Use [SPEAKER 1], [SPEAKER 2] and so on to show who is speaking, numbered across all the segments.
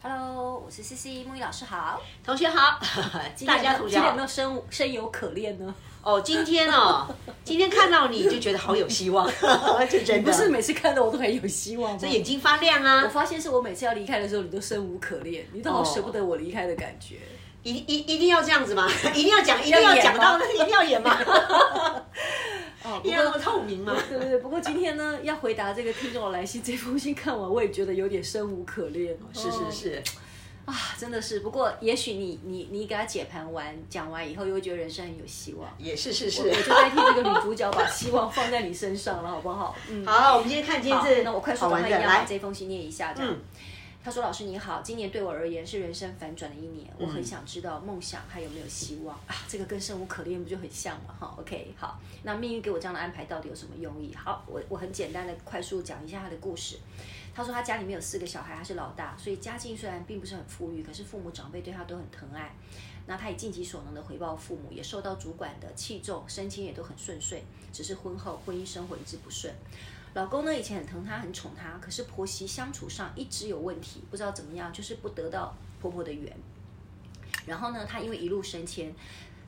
[SPEAKER 1] Hello，我是 C C 木鱼老师好，
[SPEAKER 2] 同学好，大家同
[SPEAKER 1] 今
[SPEAKER 2] 学
[SPEAKER 1] 天有
[SPEAKER 2] 好
[SPEAKER 1] 没。有深深有可恋呢？
[SPEAKER 2] 哦，今天哦，今天看到你就觉得好有希望， 就真的
[SPEAKER 1] 不是每次看到我都很有希望吗？
[SPEAKER 2] 这眼睛发亮
[SPEAKER 1] 我
[SPEAKER 2] 啊，
[SPEAKER 1] 发现是我每次要离开的时候，你都生无可恋，你都好
[SPEAKER 2] 哦
[SPEAKER 1] 舍不得我离开的感觉。
[SPEAKER 2] 一一一定要这样子 吗？一定要讲，一定要讲到，一定要演吗？
[SPEAKER 1] 哦，
[SPEAKER 2] 一定要那么透明吗？
[SPEAKER 1] 对对对，不过今天呢，要回答这个听众的来信，这封信看完我也觉得有点生无可恋。
[SPEAKER 2] 是是
[SPEAKER 1] 哦
[SPEAKER 2] 是，
[SPEAKER 1] 啊，真的是。不过也许你你你给他解盘完讲完以后，又会觉得人生很有希望。
[SPEAKER 2] 也是是
[SPEAKER 1] 我
[SPEAKER 2] 是。
[SPEAKER 1] 就代替这个女主角把希望放在你身上了，好不好？嗯，
[SPEAKER 2] 好，我们今天看今天
[SPEAKER 1] 好
[SPEAKER 2] 是
[SPEAKER 1] 那我快速
[SPEAKER 2] 好
[SPEAKER 1] 帮
[SPEAKER 2] 玩
[SPEAKER 1] 他一
[SPEAKER 2] 的，
[SPEAKER 1] 样把
[SPEAKER 2] 来，
[SPEAKER 1] 这封信念一下，这样。
[SPEAKER 2] 嗯，
[SPEAKER 1] 他说：“老师您好，今年对我而言是人生反转的一年，我很想知道梦想还有没有希望啊？这个跟生无可恋不就很像吗？哈，OK，好，那命运给我这样的安排到底有什么用意？好，我我很简单的快速讲一下他的故事。他说他家里面有四个小孩，他是老大，所以家境虽然并不是很富裕，可是父母长辈对他都很疼爱。那他也尽己所能的回报父母，也受到主管的器重，升迁也都很顺遂。只是婚后婚姻生活一直不顺。老公呢以前很疼她，很宠她，可是婆媳相处上一直有问题，不知道怎么样，就是不得到婆婆的缘。然后呢，她因为一路升迁，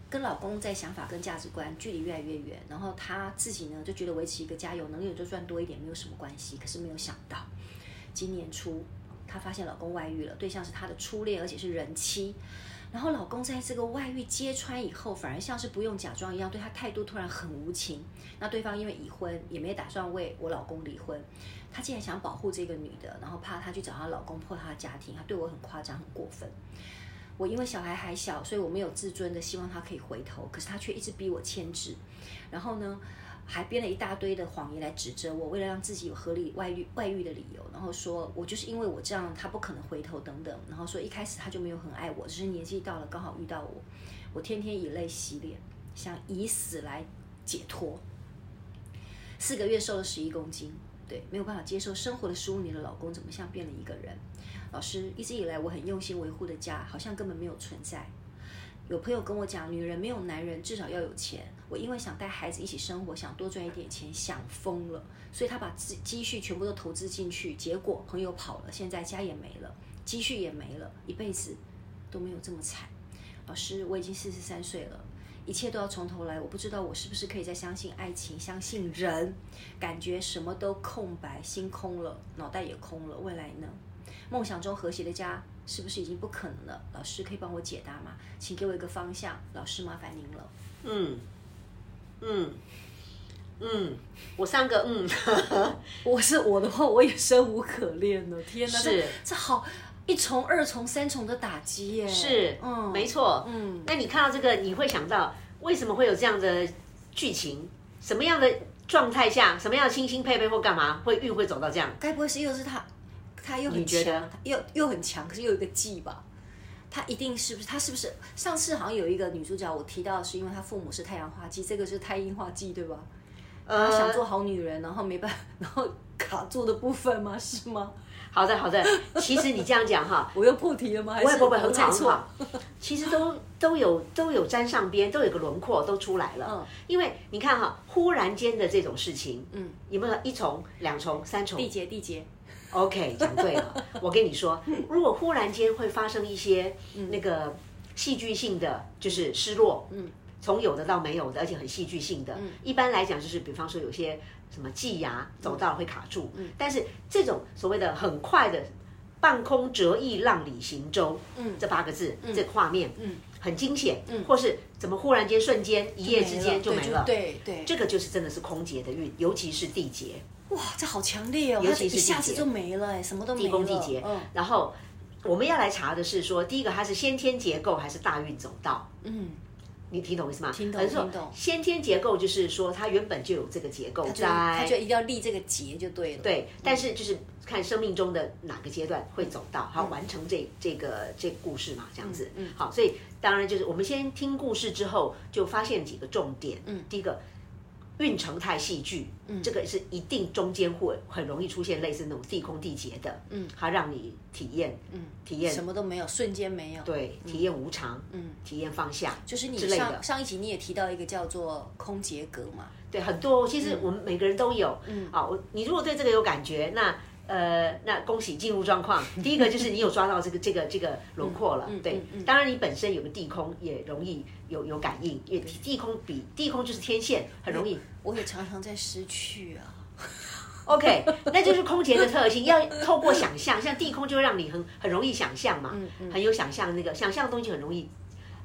[SPEAKER 1] 跟老公在想法跟价值观距离越来越远，然后她自己呢就觉得维持一个家有能力我就赚多一点没有什么关系，可是没有想到今年初她发现老公外遇了，对象是她的初恋，而且是人妻。然后老公在这个外遇揭穿以后，反而像是不用假装一样，对她态度突然很无情。那对方因为已婚，也没打算为我老公离婚，她竟然想保护这个女的，然后怕她去找她老公破她的家庭，她对我很夸张，很过分。我因为小孩还小，所以我没有自尊的希望她可以回头，可是她却一直逼我牵制，然后呢，还编了一大堆的谎言来指责我，为了让自己有合理外遇外遇的理由，然后说我就是因为我这样，她不可能回头等等，然后说一开始她就没有很爱我，只是年纪到了刚好遇到我，我天天以泪洗脸，想以死来解脱。四个月瘦了十一公斤，对，没有办法接受生活的十五年的老公怎么像变了一个人。老师，一直以来我很用心维护的家，好像根本没有存在。有朋友跟我讲，女人没有男人，至少要有钱。我因为想带孩子一起生活，想多赚一点钱，想疯了，所以他把积积蓄全部都投资进去，结果朋友跑了，现在家也没了，积蓄也没了，一辈子都没有这么惨。老师，我已经四十三岁了，一切都要从头来。我不知道我是不是可以再相信爱情，相信人，感觉什么都空白，心空了，脑袋也空了，未来呢？梦想中和谐的家是不是已经不可能了？老师可以帮我解答吗？请给我一个方向，老师麻烦您了。
[SPEAKER 2] 嗯，嗯，嗯，我三个嗯，
[SPEAKER 1] 我是我的话，我也生无可恋了。天哪，
[SPEAKER 2] 是
[SPEAKER 1] 这这好一重、二重、三重的打击耶！
[SPEAKER 2] 是，嗯，没，错，嗯
[SPEAKER 1] 嗯。
[SPEAKER 2] 那你看到这个，你会想到为什么会有这样的剧情？什么样的状态下，什么样的清新配备或干嘛，会运会走到这样？
[SPEAKER 1] 该不会是又是他，他又
[SPEAKER 2] 你
[SPEAKER 1] 很
[SPEAKER 2] 觉
[SPEAKER 1] 强
[SPEAKER 2] 得，
[SPEAKER 1] 他又又很强，可是又有一个计吧？他一定是不是？他是不是上次好像有一个女主角，我提到是因为她父母是太阳花季，这个是太阴花季，对吧？
[SPEAKER 2] 呃
[SPEAKER 1] 她想做好女人，然后没办法，然后卡住的部分吗？是吗？
[SPEAKER 2] 好的，好的。其实你这样讲哈，
[SPEAKER 1] 我又破题了吗？还
[SPEAKER 2] 不 会
[SPEAKER 1] 是
[SPEAKER 2] 不会
[SPEAKER 1] 我
[SPEAKER 2] 很
[SPEAKER 1] 猜
[SPEAKER 2] 好很
[SPEAKER 1] 错
[SPEAKER 2] 好，其实都都有都有沾上边，都有个轮廓都出来了。
[SPEAKER 1] 嗯
[SPEAKER 2] 因为你看哈，忽然间的这种事情，
[SPEAKER 1] 嗯，
[SPEAKER 2] 有没有一重、两重、三重？
[SPEAKER 1] 缔结缔结，
[SPEAKER 2] OK，讲对 了。我跟你说，如果忽然间会发生一些那个戏剧性的，就是失落，嗯，从有的到没有的，而且很戏剧性的。一般来讲，就是比方说有些什么季牙走道会卡住，但是这种所谓的很快的半空折翼浪里行舟，嗯，这八个字，这个画面，嗯，很惊险，嗯，或是怎么忽然间瞬间一夜之间就没了，
[SPEAKER 1] 哎对对，
[SPEAKER 2] 这个就是真的是空姐的运，尤其是地劫。
[SPEAKER 1] 哇，这好强烈哦！
[SPEAKER 2] 尤
[SPEAKER 1] 它
[SPEAKER 2] 其
[SPEAKER 1] 一
[SPEAKER 2] 是
[SPEAKER 1] 下
[SPEAKER 2] 缔结
[SPEAKER 1] 子就没了，哎，什么都没了。
[SPEAKER 2] 工地劫。
[SPEAKER 1] 嗯
[SPEAKER 2] 然后我们要来查的是说，第一个它是先天结构还是大运走道？
[SPEAKER 1] 嗯，
[SPEAKER 2] 你听懂我意思吗？
[SPEAKER 1] 听懂
[SPEAKER 2] 很多时候
[SPEAKER 1] 听懂
[SPEAKER 2] 先天结构就是说，它原本就有这个结构
[SPEAKER 1] 就他就
[SPEAKER 2] 在。
[SPEAKER 1] 一定要立这个结就对了。
[SPEAKER 2] 对，但是就是看生命中的哪个阶段会走到，好完成这这个这个故事嘛，这样子。
[SPEAKER 1] 嗯
[SPEAKER 2] 好，所以当然就是我们先听故事之后，就发现几个重点。嗯，第一个。运成态戏剧，嗯，这个是一定中间会很容易出现类似那种地空地劫的，嗯，它让你体验，嗯，体验
[SPEAKER 1] 什么都没有，瞬间没有。
[SPEAKER 2] 对，体验无常，嗯，体验放下，
[SPEAKER 1] 就是你
[SPEAKER 2] 之类
[SPEAKER 1] 上
[SPEAKER 2] 的。
[SPEAKER 1] 上一集你也提到一个叫做空杰格嘛，
[SPEAKER 2] 对，很多其
[SPEAKER 1] 嗯
[SPEAKER 2] 实我们每个人都有。嗯，啊，我你如果对这个有感觉，那呃，那恭喜进入状况。第一个就是你有抓到这个这个这个轮廓了，对。
[SPEAKER 1] 嗯嗯
[SPEAKER 2] 当然，你本身有个地空，也容易有有感应，因为地空比地空就是天线，很容易。
[SPEAKER 1] 我也常常在失去啊。
[SPEAKER 2] OK，那就是空姐的特性，要透过想象，像地空就会让你很很容易想象嘛，
[SPEAKER 1] 嗯
[SPEAKER 2] 很有想象那个想象的东西很容易，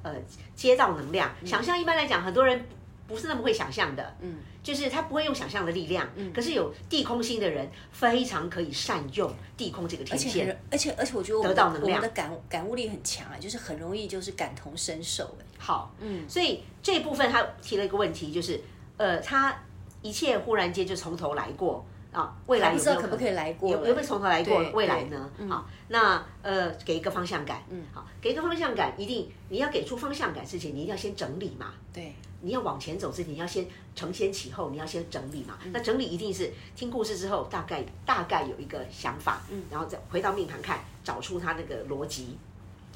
[SPEAKER 2] 呃，接到能量。
[SPEAKER 1] 嗯
[SPEAKER 2] 想象一般来讲，很多人不是那么会想象的，嗯，就是他不会用想象的力量，
[SPEAKER 1] 嗯
[SPEAKER 2] 可是有地空心的人非常可以善用地空这个天
[SPEAKER 1] 而且
[SPEAKER 2] 线
[SPEAKER 1] 很，而且而且我觉得我们
[SPEAKER 2] 得到能
[SPEAKER 1] 我们
[SPEAKER 2] 量
[SPEAKER 1] 的感感悟力很强啊，就是很容易就是感同身受哎、
[SPEAKER 2] 好，嗯，所以这一部分他提了一个问题，就是呃，他一切忽然间就从头来过啊，未来
[SPEAKER 1] 不
[SPEAKER 2] 有
[SPEAKER 1] 知
[SPEAKER 2] 没
[SPEAKER 1] 道
[SPEAKER 2] 有
[SPEAKER 1] 可不可以来过欸
[SPEAKER 2] 有
[SPEAKER 1] 了
[SPEAKER 2] 有没有从头来过
[SPEAKER 1] 对？嗯
[SPEAKER 2] 未来呢？好，那呃，给一个方向感，嗯，好，给一个方向感，一定你要给出方向感之前，你一定要先整理嘛。
[SPEAKER 1] 对，
[SPEAKER 2] 你要往前走之前，你要先承先启后，你要先整理
[SPEAKER 1] 嗯
[SPEAKER 2] 嘛。那整理一定是听故事之后，大概大概有一个想法，
[SPEAKER 1] 嗯
[SPEAKER 2] 然后再回到命盘看，找出它那个逻辑，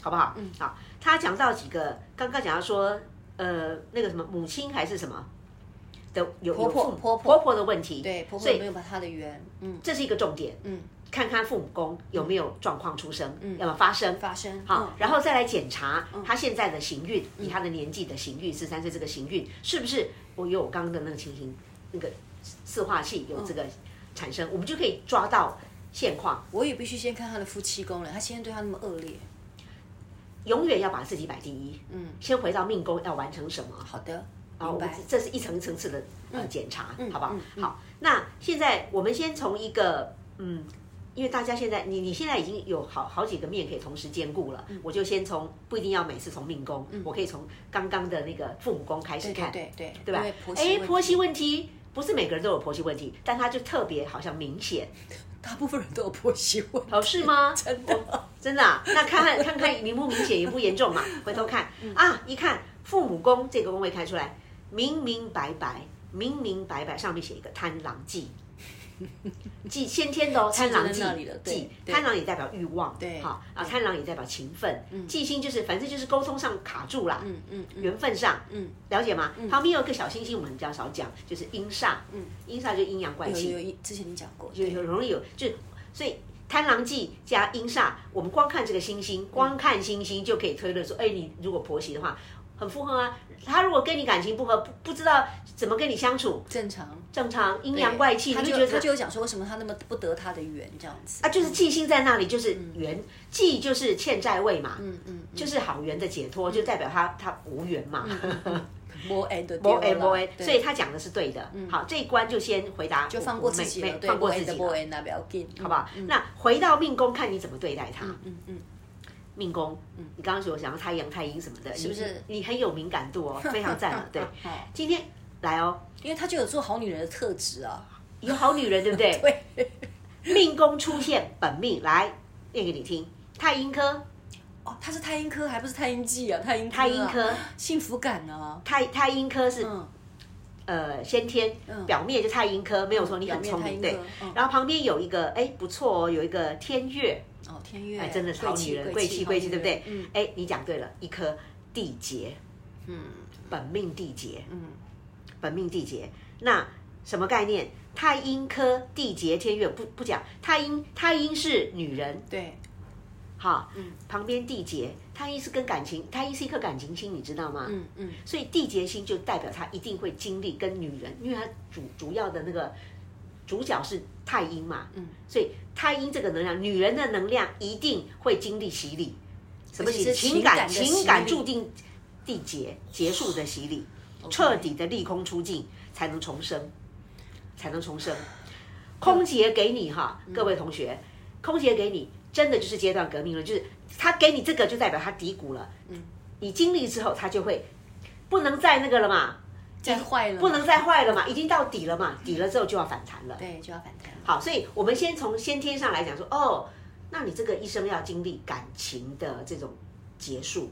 [SPEAKER 2] 好不好？嗯，好。他讲到几个，刚刚讲到说，呃，那个什么母亲还是什么的，有
[SPEAKER 1] 婆
[SPEAKER 2] 有
[SPEAKER 1] 婆
[SPEAKER 2] 父母
[SPEAKER 1] 婆婆
[SPEAKER 2] 婆婆的问题，
[SPEAKER 1] 对，婆婆
[SPEAKER 2] 所以
[SPEAKER 1] 有没有把她的缘，嗯，
[SPEAKER 2] 这是一个重点，嗯，看看父母宫有没有状况出生，嗯，要么发生，嗯
[SPEAKER 1] 发生
[SPEAKER 2] 好
[SPEAKER 1] 嗯，
[SPEAKER 2] 然后再来检查他现在的行运，以他的年纪的行运，十三岁这个行运是不是我有我刚刚的那个情形，那个四化器有这个产生，我们就可以抓到现况，
[SPEAKER 1] 我也必须先看她的夫妻宫了，她现在对她那么恶劣，
[SPEAKER 2] 永远要把自己摆第一，嗯，先回到命宫要完成什么，
[SPEAKER 1] 好的，明
[SPEAKER 2] 我们
[SPEAKER 1] 白，
[SPEAKER 2] 这这是一层一层次的呃检查，好不好
[SPEAKER 1] 嗯？嗯
[SPEAKER 2] 好，那现在我们先从一个嗯，因为大家现在你你现在已经有好好几个面可以同时兼顾了，
[SPEAKER 1] 嗯
[SPEAKER 2] 我就先从不一定要每次从命宫，我可以从刚刚的那个父母宫开
[SPEAKER 1] 对
[SPEAKER 2] 始看，
[SPEAKER 1] 对对对，
[SPEAKER 2] 对吧
[SPEAKER 1] 因为婆？媳
[SPEAKER 2] 哎
[SPEAKER 1] 问，题
[SPEAKER 2] 婆媳问题不是每个人都有婆媳问题，但他就特别好像明显，
[SPEAKER 1] 大部分人都有婆媳问题，
[SPEAKER 2] 哦，是 吗？
[SPEAKER 1] 真的
[SPEAKER 2] 我真的啊、那看看看看明不明显，严不严重嘛？回头看
[SPEAKER 1] 嗯
[SPEAKER 2] 啊，一看父母宫这个宫位开出来，明明白白，明明白白，上面写一个贪狼 忌，忌先天的哦，贪狼
[SPEAKER 1] 忌
[SPEAKER 2] 忌
[SPEAKER 1] 在那里了对
[SPEAKER 2] 忌，
[SPEAKER 1] 对
[SPEAKER 2] 贪狼也代表欲望，
[SPEAKER 1] 对
[SPEAKER 2] 好啊，贪狼也代表勤奋，忌星就是反正就是沟通上卡住啦，
[SPEAKER 1] 嗯嗯嗯，
[SPEAKER 2] 缘分上，
[SPEAKER 1] 嗯，
[SPEAKER 2] 了解吗？旁边有一个小星星，我们比较少讲，就是阴煞，嗯，阴煞就阴阳怪
[SPEAKER 1] 有
[SPEAKER 2] 气
[SPEAKER 1] 有，有，之前你讲过，
[SPEAKER 2] 有
[SPEAKER 1] 对
[SPEAKER 2] 有容易有，就是所以贪狼忌加阴煞，我们光看这个星
[SPEAKER 1] 嗯
[SPEAKER 2] 星，光看星星就可以推论说，哎、你如果婆媳的话，很符合啊。他如果跟你感情不合，不不知道怎么跟你相处，
[SPEAKER 1] 正常。
[SPEAKER 2] 正常阴阳怪气，
[SPEAKER 1] 他
[SPEAKER 2] 你就
[SPEAKER 1] 就
[SPEAKER 2] 觉
[SPEAKER 1] 他
[SPEAKER 2] 得
[SPEAKER 1] 就有讲说为什么他那么不得她的缘这样子
[SPEAKER 2] 啊，就是忌星在那里，就是
[SPEAKER 1] 嗯
[SPEAKER 2] 缘，忌就是欠债位嘛，嗯嗯，就是好缘的解
[SPEAKER 1] 嗯
[SPEAKER 2] 脱，就代表他他无缘嘛。
[SPEAKER 1] ，more and
[SPEAKER 2] 不 A 不 A，所以他讲的是对的。好，这一关就先回答我，就
[SPEAKER 1] 嗯放过自己了，对
[SPEAKER 2] 放过自己
[SPEAKER 1] b o
[SPEAKER 2] 了
[SPEAKER 1] y 那啊不要紧，好
[SPEAKER 2] 好不好？那回到命宫，看你怎么对待他。
[SPEAKER 1] 嗯嗯，
[SPEAKER 2] 命宫，你刚刚说想要太阳、太阴什么的，是
[SPEAKER 1] 不嗯是
[SPEAKER 2] 你你很有敏感 度哦，非常赞了。对，
[SPEAKER 1] 好
[SPEAKER 2] 今天来哦，
[SPEAKER 1] 因为她就有做好女人的特质啊，
[SPEAKER 2] 有好女人，对不对？
[SPEAKER 1] 对，
[SPEAKER 2] 命宫出现本命，来念给你听。太阴科，
[SPEAKER 1] 哦，她是太阴科还不是太阴记啊，太阴
[SPEAKER 2] 太阴
[SPEAKER 1] 科
[SPEAKER 2] 科
[SPEAKER 1] 啊，幸福感啊，
[SPEAKER 2] 太太阴科是
[SPEAKER 1] 嗯，
[SPEAKER 2] 呃先天，表面就太阴科，没有说你很聪明，
[SPEAKER 1] 表面
[SPEAKER 2] 对
[SPEAKER 1] 太阴科嗯。
[SPEAKER 2] 然后旁边有一个，哎，不错哦，有一个天月，
[SPEAKER 1] 哦，天月，
[SPEAKER 2] 哎，真的是好女人，贵气贵气，对不对？
[SPEAKER 1] 嗯
[SPEAKER 2] 哎，你讲对了，一颗地劫，嗯，本命地劫，嗯，本命地劫，那什么概念？太阴科地劫天月不不讲，太阴太阴是女人
[SPEAKER 1] 对，
[SPEAKER 2] 哈，旁边地劫，太阴是跟感情，太阴是一颗感情星，你知道吗？
[SPEAKER 1] 嗯嗯，
[SPEAKER 2] 所以地劫星就代表他一定会经历跟女人，因为他主主要的那个主角是太阴嘛，嗯，所以太阴这个能量，女人的能量一定会经历洗礼，什么
[SPEAKER 1] 而
[SPEAKER 2] 洗
[SPEAKER 1] 且
[SPEAKER 2] 礼？
[SPEAKER 1] 是
[SPEAKER 2] 情
[SPEAKER 1] 情
[SPEAKER 2] 感
[SPEAKER 1] 感的洗礼
[SPEAKER 2] 情感注定地劫结束的洗礼，彻底的利空出尽才能重生，才能重生。
[SPEAKER 1] 嗯
[SPEAKER 2] 空姐给你哈，各位同学，空姐给你真的就是阶段革命了，就是他给你这个就代表他低谷了，嗯，你经历之后他就会不能再那个了嘛，
[SPEAKER 1] 再坏了，
[SPEAKER 2] 不能再坏了嘛，已经到底了嘛，底了之后就要反弹了。
[SPEAKER 1] 对，就要反弹。
[SPEAKER 2] 好，所以我们先从先天上来讲说，哦，那你这个一生要经历感情的这种结束，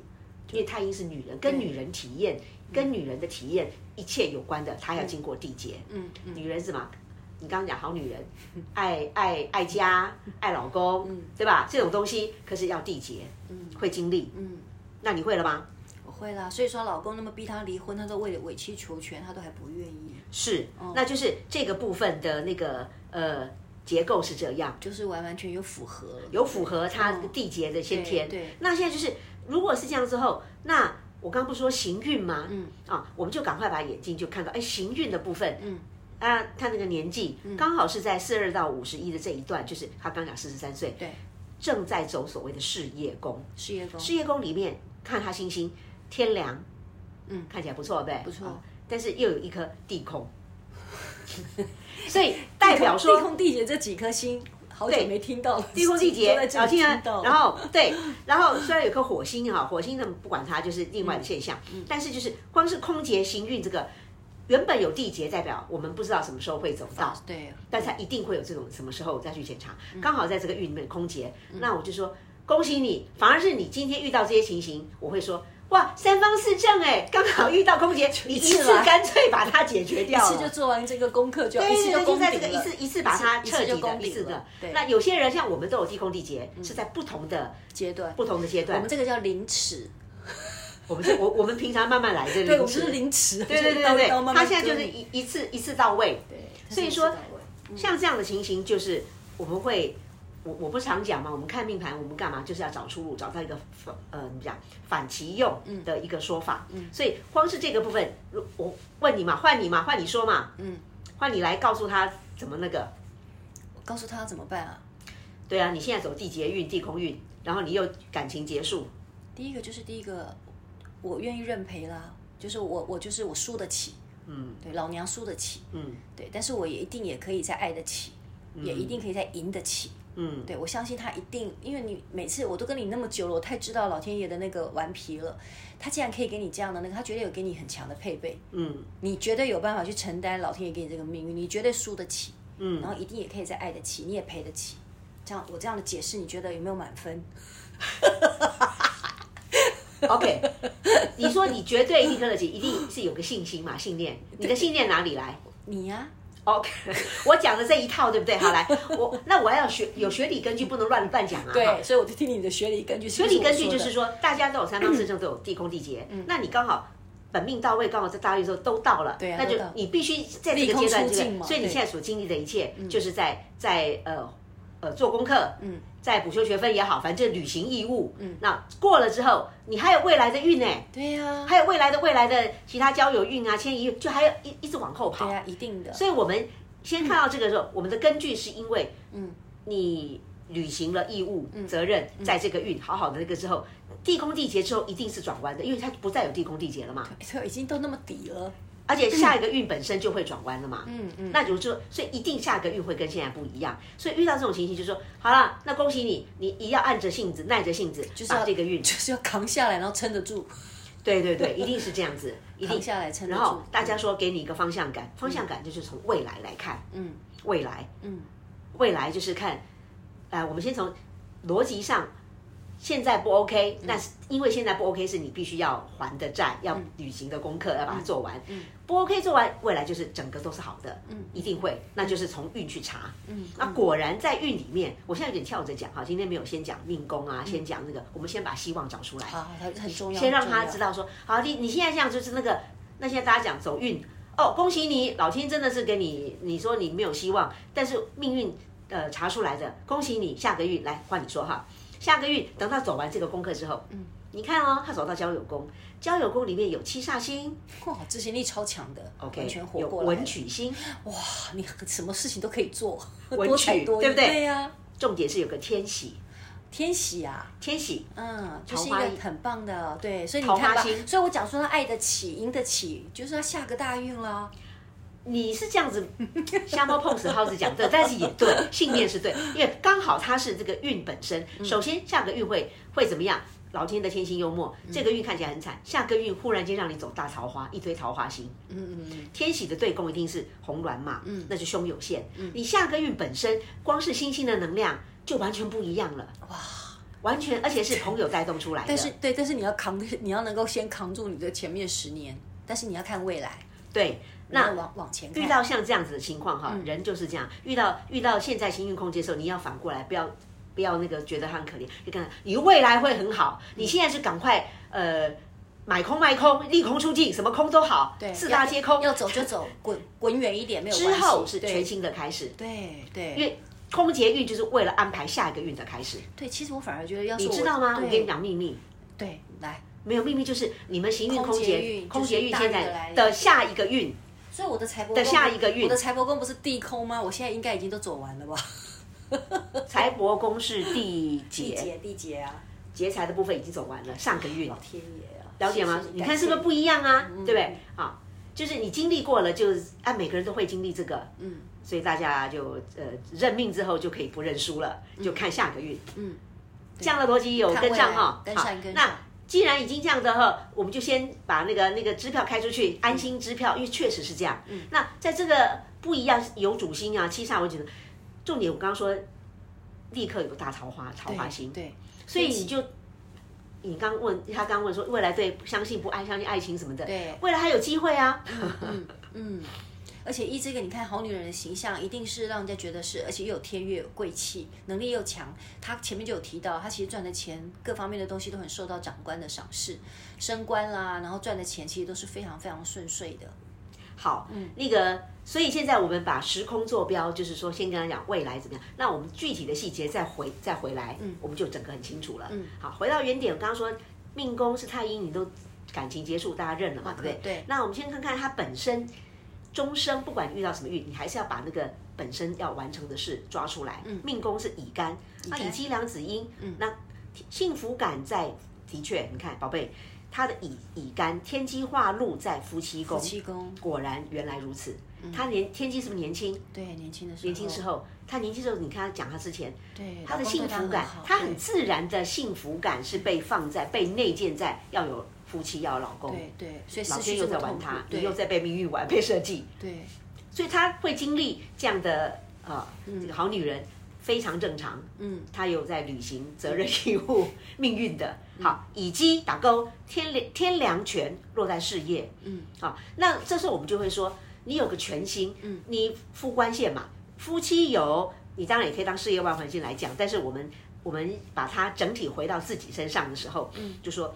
[SPEAKER 2] 因为太阴是女人，跟女人体
[SPEAKER 1] 嗯
[SPEAKER 2] 验、跟女人的体验一切有关的，她要经过地劫。
[SPEAKER 1] 嗯嗯，
[SPEAKER 2] 女人是嘛？你刚刚讲好女人，爱爱爱家，爱老公，
[SPEAKER 1] 嗯
[SPEAKER 2] 对吧？这种东西可是要缔结，会经历。
[SPEAKER 1] 嗯，
[SPEAKER 2] 那你会了吗？
[SPEAKER 1] 我会啦。所以说，老公那么逼她离婚，她都为了委曲求全，她都还不愿意，
[SPEAKER 2] 是，那就是这个部分的那个呃结构是这样，
[SPEAKER 1] 就是完完全全有符合了，
[SPEAKER 2] 有符合它缔结的先天。
[SPEAKER 1] 对对
[SPEAKER 2] 那现在就是，如果是这样之后，那我刚不是说行运吗？嗯，啊，我们就赶快把眼睛就看到，哎，行运的部分，嗯。啊，他那个年纪刚好是在四二到五十一的这一段，就是他刚讲四十三岁，
[SPEAKER 1] 对
[SPEAKER 2] 正在走所谓的事业宫。
[SPEAKER 1] 事业宫
[SPEAKER 2] 事业宫里面看他星星天梁，嗯，看起来不错呗，不啊
[SPEAKER 1] 错
[SPEAKER 2] 但是又有一颗地空，所以代表
[SPEAKER 1] 地
[SPEAKER 2] 说
[SPEAKER 1] 空地劫这几颗星，好久没听到了，
[SPEAKER 2] 地空地 劫，
[SPEAKER 1] 都在这
[SPEAKER 2] 然
[SPEAKER 1] 里
[SPEAKER 2] 后竟然
[SPEAKER 1] 听到了
[SPEAKER 2] 然后对，然后虽然有颗火星哈，火星呢不管它就是另外的现象，
[SPEAKER 1] 嗯
[SPEAKER 2] 但是就是光是空劫行运这个。原本有地劫，代表我们不知道什么时候会走到，
[SPEAKER 1] 对，
[SPEAKER 2] 但是他一定会有这种什么时候再去检查，
[SPEAKER 1] 嗯
[SPEAKER 2] 刚好在这个运里面空劫，那我就说恭喜你，反而是你今天遇到这些情形，我会说哇三方四正哎，刚好遇到空劫，你一
[SPEAKER 1] 次
[SPEAKER 2] 次
[SPEAKER 1] 来
[SPEAKER 2] 干脆把它解决掉
[SPEAKER 1] 一
[SPEAKER 2] 了，
[SPEAKER 1] 次就做完这个功课就，
[SPEAKER 2] 对
[SPEAKER 1] 一次
[SPEAKER 2] 对对，
[SPEAKER 1] 攻
[SPEAKER 2] 就
[SPEAKER 1] 顶
[SPEAKER 2] 在
[SPEAKER 1] 了，
[SPEAKER 2] 这个一次一次把它彻
[SPEAKER 1] 一次
[SPEAKER 2] 底
[SPEAKER 1] 就攻
[SPEAKER 2] 的一
[SPEAKER 1] 顶
[SPEAKER 2] 次
[SPEAKER 1] 了
[SPEAKER 2] 的
[SPEAKER 1] 对。
[SPEAKER 2] 那有些人像我们都有地空地劫，是在不同的
[SPEAKER 1] 嗯阶段，
[SPEAKER 2] 不同的阶
[SPEAKER 1] 我
[SPEAKER 2] 段
[SPEAKER 1] 们。这个叫凌迟，
[SPEAKER 2] 我们是我我们平常慢慢来，这
[SPEAKER 1] 对，
[SPEAKER 2] 个
[SPEAKER 1] 我
[SPEAKER 2] 零
[SPEAKER 1] 们是
[SPEAKER 2] 食。
[SPEAKER 1] 凌迟，
[SPEAKER 2] 对对对
[SPEAKER 1] 就是
[SPEAKER 2] 对
[SPEAKER 1] 刀刀
[SPEAKER 2] 对，
[SPEAKER 1] 慢慢
[SPEAKER 2] 他现在就
[SPEAKER 1] 割
[SPEAKER 2] 是
[SPEAKER 1] 你
[SPEAKER 2] 一一次一次到位。
[SPEAKER 1] 对，它是
[SPEAKER 2] 所以
[SPEAKER 1] 一次
[SPEAKER 2] 说
[SPEAKER 1] 到位嗯
[SPEAKER 2] 像这样的情形，就是我们会，我我不常讲嘛，我们看命盘，我们干嘛就是要找出路，找到一个反呃，怎么讲反其用
[SPEAKER 1] 嗯
[SPEAKER 2] 的一个说法。所以光是这个部分，如我问你嘛，换你嘛，换你说嘛，嗯，换你来告诉他怎么那个。
[SPEAKER 1] 嗯告诉他要怎么办啊？
[SPEAKER 2] 对啊，你现在走地劫运、地空运，然后你又感情结束，
[SPEAKER 1] 第一个就是第一个，我愿意认赔啦，就是我我就是我输得起，嗯，对，老娘输得起，嗯，对，但是我也一定也可以再爱得起，也一定可以再赢得起，嗯，对我相信他一定，因为你每次我都跟你那么久了，我太知道老天爷的那个顽皮了，他既然可以给你这样的那个，他绝对有给你很强的配备，
[SPEAKER 2] 嗯，
[SPEAKER 1] 你绝对有办法去承担老天爷给你这个命运，你绝对输得起，嗯，然后一定也可以再爱得起，你也赔得起，这样我这样的解释，你觉得有没有满分？
[SPEAKER 2] OK，你 说你绝对一定跟得起，一定是有个信心嘛，信念。你的信念哪里来
[SPEAKER 1] 你呀、
[SPEAKER 2] ？OK，我 讲的这一套对不对？好，来，我那我要学有学理根据，不能乱乱讲啊。哈
[SPEAKER 1] 对，所以我就听你的嗯学理根据。学
[SPEAKER 2] 学理根据就是，说，大家都有三方四正，都有地空地劫。那你刚好本命到位，刚好在大运的时候都到了，
[SPEAKER 1] 对啊
[SPEAKER 2] 那就
[SPEAKER 1] 都到
[SPEAKER 2] 你必须在这
[SPEAKER 1] 利
[SPEAKER 2] 个
[SPEAKER 1] 空
[SPEAKER 2] 阶段，
[SPEAKER 1] 出
[SPEAKER 2] 这
[SPEAKER 1] 尽嘛
[SPEAKER 2] 个，所以你
[SPEAKER 1] 对嗯
[SPEAKER 2] 现在所经历的一切，就是在在呃呃做功课，嗯，在补修学分也好，反正履行义务，嗯，那过了之后，你还有未来的运呢、
[SPEAKER 1] 对呀、
[SPEAKER 2] 还有未来的未来的其他交友运啊、迁移运，就还有一一直往后跑。
[SPEAKER 1] 对啊呀、一定的。
[SPEAKER 2] 所以我们先看到这个时候，我们的根据是因为，嗯，你履行了义务、
[SPEAKER 1] 嗯
[SPEAKER 2] 责任，在这个运好好的那个之后，地空地劫之后一定是转弯的，因为它不再有地空地劫了嘛，
[SPEAKER 1] 所以已经都那么底了，
[SPEAKER 2] 而且下一个运本身就会转弯了嘛。
[SPEAKER 1] 嗯嗯，
[SPEAKER 2] 那就就所以一定下个运会跟现在不一样，所以遇到这种情形就说好了，那恭喜你，你一要按着性子，耐着性子，就是
[SPEAKER 1] 要
[SPEAKER 2] 把这个运，
[SPEAKER 1] 就是要扛下来，然后撑得住，
[SPEAKER 2] 对 对对，一定是这样子，一定
[SPEAKER 1] 扛下来撑得
[SPEAKER 2] 然后
[SPEAKER 1] 住。
[SPEAKER 2] 大家说给你一个方向感，方向感就是从未来来看，
[SPEAKER 1] 嗯，
[SPEAKER 2] 未来，
[SPEAKER 1] 嗯，
[SPEAKER 2] 未来就是看，呃，我们先从逻辑上，现在不 OK，那是因为现在不 OK 是你必须要还的债，要履行的功课，要把它做完，不 OK 做完，未来就是整个都是好的，嗯，一定会，那就是从运去查，嗯，那果然在运里面，我现在有点跳着讲哈，今天没有先讲命宫啊，先讲那个，我们先把希望找出来，
[SPEAKER 1] 啊，它很重要。
[SPEAKER 2] 先让
[SPEAKER 1] 很重
[SPEAKER 2] 他
[SPEAKER 1] 要
[SPEAKER 2] 知，道说，好，你你现在这样就是那个，那现在大家讲走运哦，恭喜你，老天真的是给你，你说你没有希望，但是命运呃查出来的，恭喜你，下个运来换你说哈，下个运等他走完这个功课之后，嗯，你看哦，他走到交友宫，交友宫里面有七煞星
[SPEAKER 1] 哇，执行力超强的
[SPEAKER 2] ，OK，
[SPEAKER 1] 完全活
[SPEAKER 2] 有
[SPEAKER 1] 过来了。
[SPEAKER 2] 文曲星，
[SPEAKER 1] 哇，你什么事情都可以做，
[SPEAKER 2] 文
[SPEAKER 1] 多才
[SPEAKER 2] 曲
[SPEAKER 1] 多艺，
[SPEAKER 2] 对不对
[SPEAKER 1] 对呀、
[SPEAKER 2] 重点是有个天喜，
[SPEAKER 1] 天喜啊，
[SPEAKER 2] 天喜，
[SPEAKER 1] 嗯，就是一
[SPEAKER 2] 桃花
[SPEAKER 1] 个
[SPEAKER 2] 运
[SPEAKER 1] 很棒的，对，所以你
[SPEAKER 2] 桃
[SPEAKER 1] 看
[SPEAKER 2] 花
[SPEAKER 1] 吧，
[SPEAKER 2] 星
[SPEAKER 1] 所以我讲说他爱得起，赢得起，就是他下个大运啦。
[SPEAKER 2] 你是这样子 瞎猫碰死耗子讲的，但是也对， 信念是对，因为刚好它是这个运本身。
[SPEAKER 1] 嗯
[SPEAKER 2] 首先下个运会会怎么样？老天的天性幽默，
[SPEAKER 1] 嗯
[SPEAKER 2] 这个运看起来很惨，下个运忽然间让你走大桃花，一堆桃花心。
[SPEAKER 1] 嗯嗯
[SPEAKER 2] 天喜的对宫一定是红鸾嘛，嗯，那就凶有限。
[SPEAKER 1] 嗯
[SPEAKER 2] 你下个运本身光是星星的能量就完全不一样了，哇，完全而且是朋友带动出来的。
[SPEAKER 1] 但是对，但是你要扛， 你要能够先扛住你的前面十年，但是你要看未来，
[SPEAKER 2] 对，
[SPEAKER 1] 那
[SPEAKER 2] 那
[SPEAKER 1] 往往前
[SPEAKER 2] 遇
[SPEAKER 1] 看。
[SPEAKER 2] 到像这样子的情况哈，
[SPEAKER 1] 嗯
[SPEAKER 2] 人就是这样，遇到遇到现在行运空间的时候，你要反过来，不要不要那个觉得他很可怜，就跟他你未来会很好，你
[SPEAKER 1] 嗯
[SPEAKER 2] 现在就赶快呃买空卖空，利空出尽，什么空都好，对四大皆空，
[SPEAKER 1] 要走就走，滚滚远一点没有
[SPEAKER 2] 之
[SPEAKER 1] 关系。
[SPEAKER 2] 后是
[SPEAKER 1] 对
[SPEAKER 2] 全新的开始，
[SPEAKER 1] 对对，
[SPEAKER 2] 因为空劫运就是为了安排下一个运的开始，
[SPEAKER 1] 对，其实我反而觉得，要是
[SPEAKER 2] 你
[SPEAKER 1] 我
[SPEAKER 2] 知道吗？我
[SPEAKER 1] 对
[SPEAKER 2] 跟你讲秘密。
[SPEAKER 1] 对，来，
[SPEAKER 2] 没有秘密，就是你们行运空
[SPEAKER 1] 空劫
[SPEAKER 2] 劫
[SPEAKER 1] 运
[SPEAKER 2] 空
[SPEAKER 1] 就是
[SPEAKER 2] 劫运
[SPEAKER 1] 大
[SPEAKER 2] 现
[SPEAKER 1] 运的来
[SPEAKER 2] 在
[SPEAKER 1] 临
[SPEAKER 2] 的下一个运，
[SPEAKER 1] 所以我的财帛
[SPEAKER 2] 的
[SPEAKER 1] 宫
[SPEAKER 2] 下一个运
[SPEAKER 1] 我的财帛宫不是地空吗？我现在应该已经都走完了吧？
[SPEAKER 2] 财帛宫是地
[SPEAKER 1] 地
[SPEAKER 2] 劫，
[SPEAKER 1] 地劫啊，
[SPEAKER 2] 劫财的部分已经走完了，上个运。
[SPEAKER 1] 天爷啊，
[SPEAKER 2] 了解吗
[SPEAKER 1] 谢谢？
[SPEAKER 2] 你看
[SPEAKER 1] 感谢
[SPEAKER 2] 是不是不一样啊？对不对
[SPEAKER 1] 嗯？
[SPEAKER 2] 啊，就是你经历过了，就是啊，每个人都会经历这个，
[SPEAKER 1] 嗯
[SPEAKER 2] 所以大家就呃认命之后就可以不认输了，就看下个运。
[SPEAKER 1] 嗯，
[SPEAKER 2] 这样的逻辑有跟上哈
[SPEAKER 1] 看未来，跟
[SPEAKER 2] 好
[SPEAKER 1] 上跟上
[SPEAKER 2] 那既然已经这样的哈，我们就先把那个那个支票开出去，安心支票，因为确实是这样。
[SPEAKER 1] 嗯
[SPEAKER 2] 那在这个不一样有主星啊，七煞，我觉得重点我刚刚说，立刻有大桃花，桃花心。
[SPEAKER 1] 对，
[SPEAKER 2] 所以你就，你刚问他刚问说未来对相信不爱相信爱情什么的，
[SPEAKER 1] 对
[SPEAKER 2] 未来还有机会啊。
[SPEAKER 1] 嗯嗯。而且一这个，你看好女人的形象，一定是让人家觉得是，而且又有天月有贵气，能力又强。她前面就有提到，她其实赚的钱各方面的东西都很受到长官的赏识，升官啦，然后赚的钱其实都是非常非常顺遂的。
[SPEAKER 2] 好，
[SPEAKER 1] 嗯
[SPEAKER 2] 那个，所以现在我们把时空坐标，就是说先跟他讲未来怎么样，那我们具体的细节再回再回来，
[SPEAKER 1] 嗯
[SPEAKER 2] 我们就整个很清楚了。好，回到原点，我刚刚说命宫是太阴，你都感情结束，大家认
[SPEAKER 1] 啊
[SPEAKER 2] 了嘛，对不对？
[SPEAKER 1] 对
[SPEAKER 2] 那我们先看看他本身。终生不管遇到什么运，你还是要把那个本身要完成的事抓出来。
[SPEAKER 1] 嗯
[SPEAKER 2] 命宫是乙干，那乙鸡两子阴，那幸福感在的确，你看宝贝，他的乙乙干天机化禄在夫妻宫，
[SPEAKER 1] 夫妻宫
[SPEAKER 2] 果然原来如此。
[SPEAKER 1] 嗯
[SPEAKER 2] 他年天机是不是年轻？
[SPEAKER 1] 对，年轻的时候，年
[SPEAKER 2] 年轻时候，他年轻时候，你看他讲他之前，
[SPEAKER 1] 对
[SPEAKER 2] 他的
[SPEAKER 1] 老公
[SPEAKER 2] 幸
[SPEAKER 1] 哦对她
[SPEAKER 2] 福感
[SPEAKER 1] 好，
[SPEAKER 2] 他很
[SPEAKER 1] 对
[SPEAKER 2] 自然的幸福感是被放在被内建在要有夫妻要有老公，
[SPEAKER 1] 对对，所以
[SPEAKER 2] 老
[SPEAKER 1] 失
[SPEAKER 2] 天
[SPEAKER 1] 去
[SPEAKER 2] 又
[SPEAKER 1] 这
[SPEAKER 2] 在
[SPEAKER 1] 么
[SPEAKER 2] 玩
[SPEAKER 1] 痛苦
[SPEAKER 2] 他，
[SPEAKER 1] 对
[SPEAKER 2] 你又在被命运玩，被设计，
[SPEAKER 1] 对
[SPEAKER 2] 所以他会经历这样的呃这个好女人非常正常，嗯，他有在履行责任义务、 命运的。好，以鸡打勾，天良天良权落在事业，嗯，好，那这时候我们就会说，你有个全心，嗯，你夫官线嘛，夫妻有，你当然也可以当事业外环线来讲，但是我们我们把它整体回到自己身上的时候，嗯，就说